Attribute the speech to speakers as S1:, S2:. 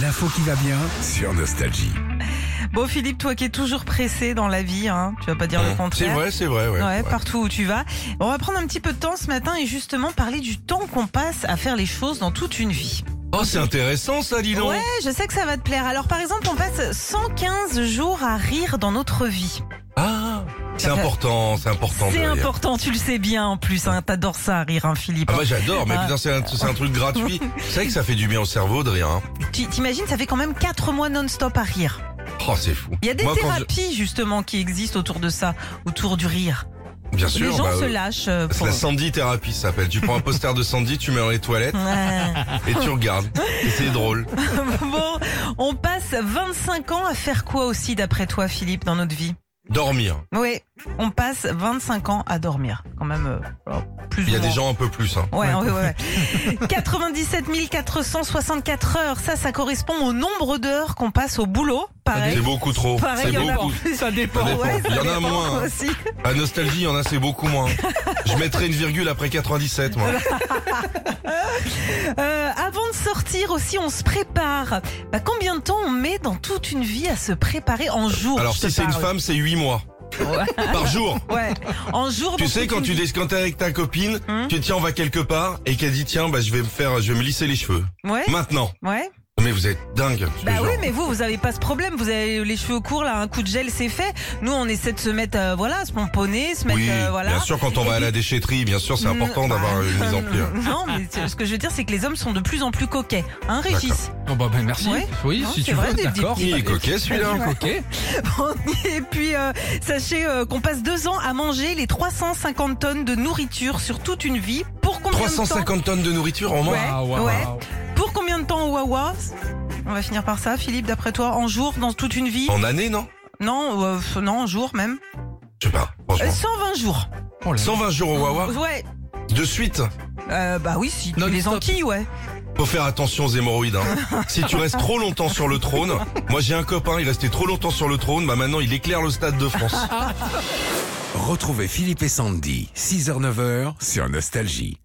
S1: L'info qui va bien.
S2: sur Nostalgie.
S3: Bon Philippe, toi qui es toujours pressé dans la vie, hein, tu vas pas dire le
S2: Mmh. C'est
S3: contraire.
S2: vrai, c'est vrai, ouais.
S3: Ouais,
S2: Ouais.
S3: partout où tu vas. On va prendre un petit peu de temps ce matin et justement parler du temps qu'on passe à faire les choses dans toute une vie.
S2: Oh, c'est intéressant ça, dis donc.
S3: Ouais, je sais que ça va te plaire. Alors par exemple, on passe 115 jours à rire dans notre vie.
S2: Ah, c'est
S3: Ça fait-
S2: important, c'est important. de
S3: C'est
S2: rire.
S3: important, tu le sais bien en plus. Hein, T'adores ça, rire, hein, Philippe.
S2: Ah bah j'adore, mais
S3: Ah.
S2: putain, c'est un, c'est un truc gratuit. C'est vrai que ça fait du bien au cerveau de rire. hein.
S3: Tu- T'imagines, ça fait quand même 4 mois non-stop à rire.
S2: Oh, c'est fou.
S3: Il y a des
S2: Moi, quand je-
S3: thérapies justement qui existent autour de ça, autour du rire.
S2: Bien
S3: Les
S2: sûr,
S3: gens
S2: bah,
S3: se
S2: euh,
S3: lâchent euh,
S2: c'est
S3: pour.
S2: la Sandy thérapie, ça s'appelle. Tu prends un poster de Sandy, tu mets dans les toilettes
S3: Ouais.
S2: et tu regardes. Et c'est drôle.
S3: Bon, on passe 25 ans à faire quoi aussi d'après toi Philippe dans notre vie
S2: Dormir.
S3: Oui, on passe 25 ans à dormir quand même euh, alors, plus
S2: Il y a
S3: ou
S2: des
S3: moins.
S2: gens un peu plus. Hein.
S3: Ouais, ouais, ouais. 97 464 heures, ça, ça correspond au nombre d'heures qu'on passe au boulot. Pareil.
S2: C'est beaucoup trop.
S3: Pareil,
S2: C'est
S3: il y en a
S2: beaucoup.
S3: plus. Ça
S2: dépend. Il y en a moins, hein.
S3: Aussi.
S2: À nostalgie, il y en a, c'est beaucoup moins. Je mettrai une virgule après 97, moi.
S3: Euh, avant de sortir aussi, on se prépare. Bah, combien de temps on met dans toute une vie à se préparer en jour
S2: Alors,
S3: je te
S2: si c'est une
S3: parle.
S2: femme, c'est 8 mois. Par jour.
S3: Ouais, en jour.
S2: Tu
S3: dans
S2: sais,
S3: toute
S2: quand
S3: une
S2: tu
S3: vie.
S2: dis quand t'es avec ta copine,
S3: Hmm.
S2: tu dis tiens, on va quelque part, et qu'elle dit tiens, bah, je vais me faire, je vais me lisser les cheveux.
S3: Ouais,
S2: Maintenant.
S3: ouais.
S2: Mais vous êtes dingue. je te
S3: Eh Bah
S2: jure.
S3: oui, mais vous, vous avez pas ce problème. Vous avez les cheveux courts, là, un coup de gel, c'est fait. Nous, on essaie de se mettre, euh, voilà, se pomponner, se mettre,
S2: Oui,
S3: euh, voilà. Mm,
S2: bien sûr, quand on va à la déchetterie, bien sûr, c'est important d'avoir une mise en hein. pied.
S3: Non, mais c'est- ce que je veux dire, c'est que les hommes sont de plus en plus coquets. Hein, Régis
S4: Bon bah, ben, merci.
S3: Ouais.
S4: Oui,
S3: Non,
S4: si
S3: c'est
S4: tu
S3: vrai,
S4: veux,
S3: des- des
S4: d'accord.
S3: petits-
S2: Il est coquet, celui-là.
S4: Ok.
S3: Et puis, euh, sachez euh, qu'on passe deux ans à manger les 350 tonnes de nourriture sur toute une vie. Pour combien de temps
S2: 350 tonnes de nourriture en moins.
S3: Ouais,
S4: Waouh, Ah, waouh,
S3: ouais.
S4: waouh.
S3: Pour combien de temps au Wawa On va finir par ça, Philippe, d'après toi, en jour, dans toute une vie
S2: En année, non
S3: Non, euh, pff, non, en jour même.
S2: Je sais pas,
S3: Euh, Oh.
S2: franchement.
S3: 120 jours.
S4: Oh là là.
S2: 120 jours au Wawa,
S3: Ouais,
S2: de suite.
S3: Euh, bah oui, si tu
S4: Non,
S3: les
S4: stop.
S3: enquilles, ouais.
S2: Faut faire attention aux hémorroïdes. hein. Si tu restes trop longtemps sur le trône, moi j'ai un copain, il restait trop longtemps sur le trône, bah maintenant il éclaire le stade de France.
S1: Retrouvez Philippe et Sandy, 6h-9h sur Nostalgie.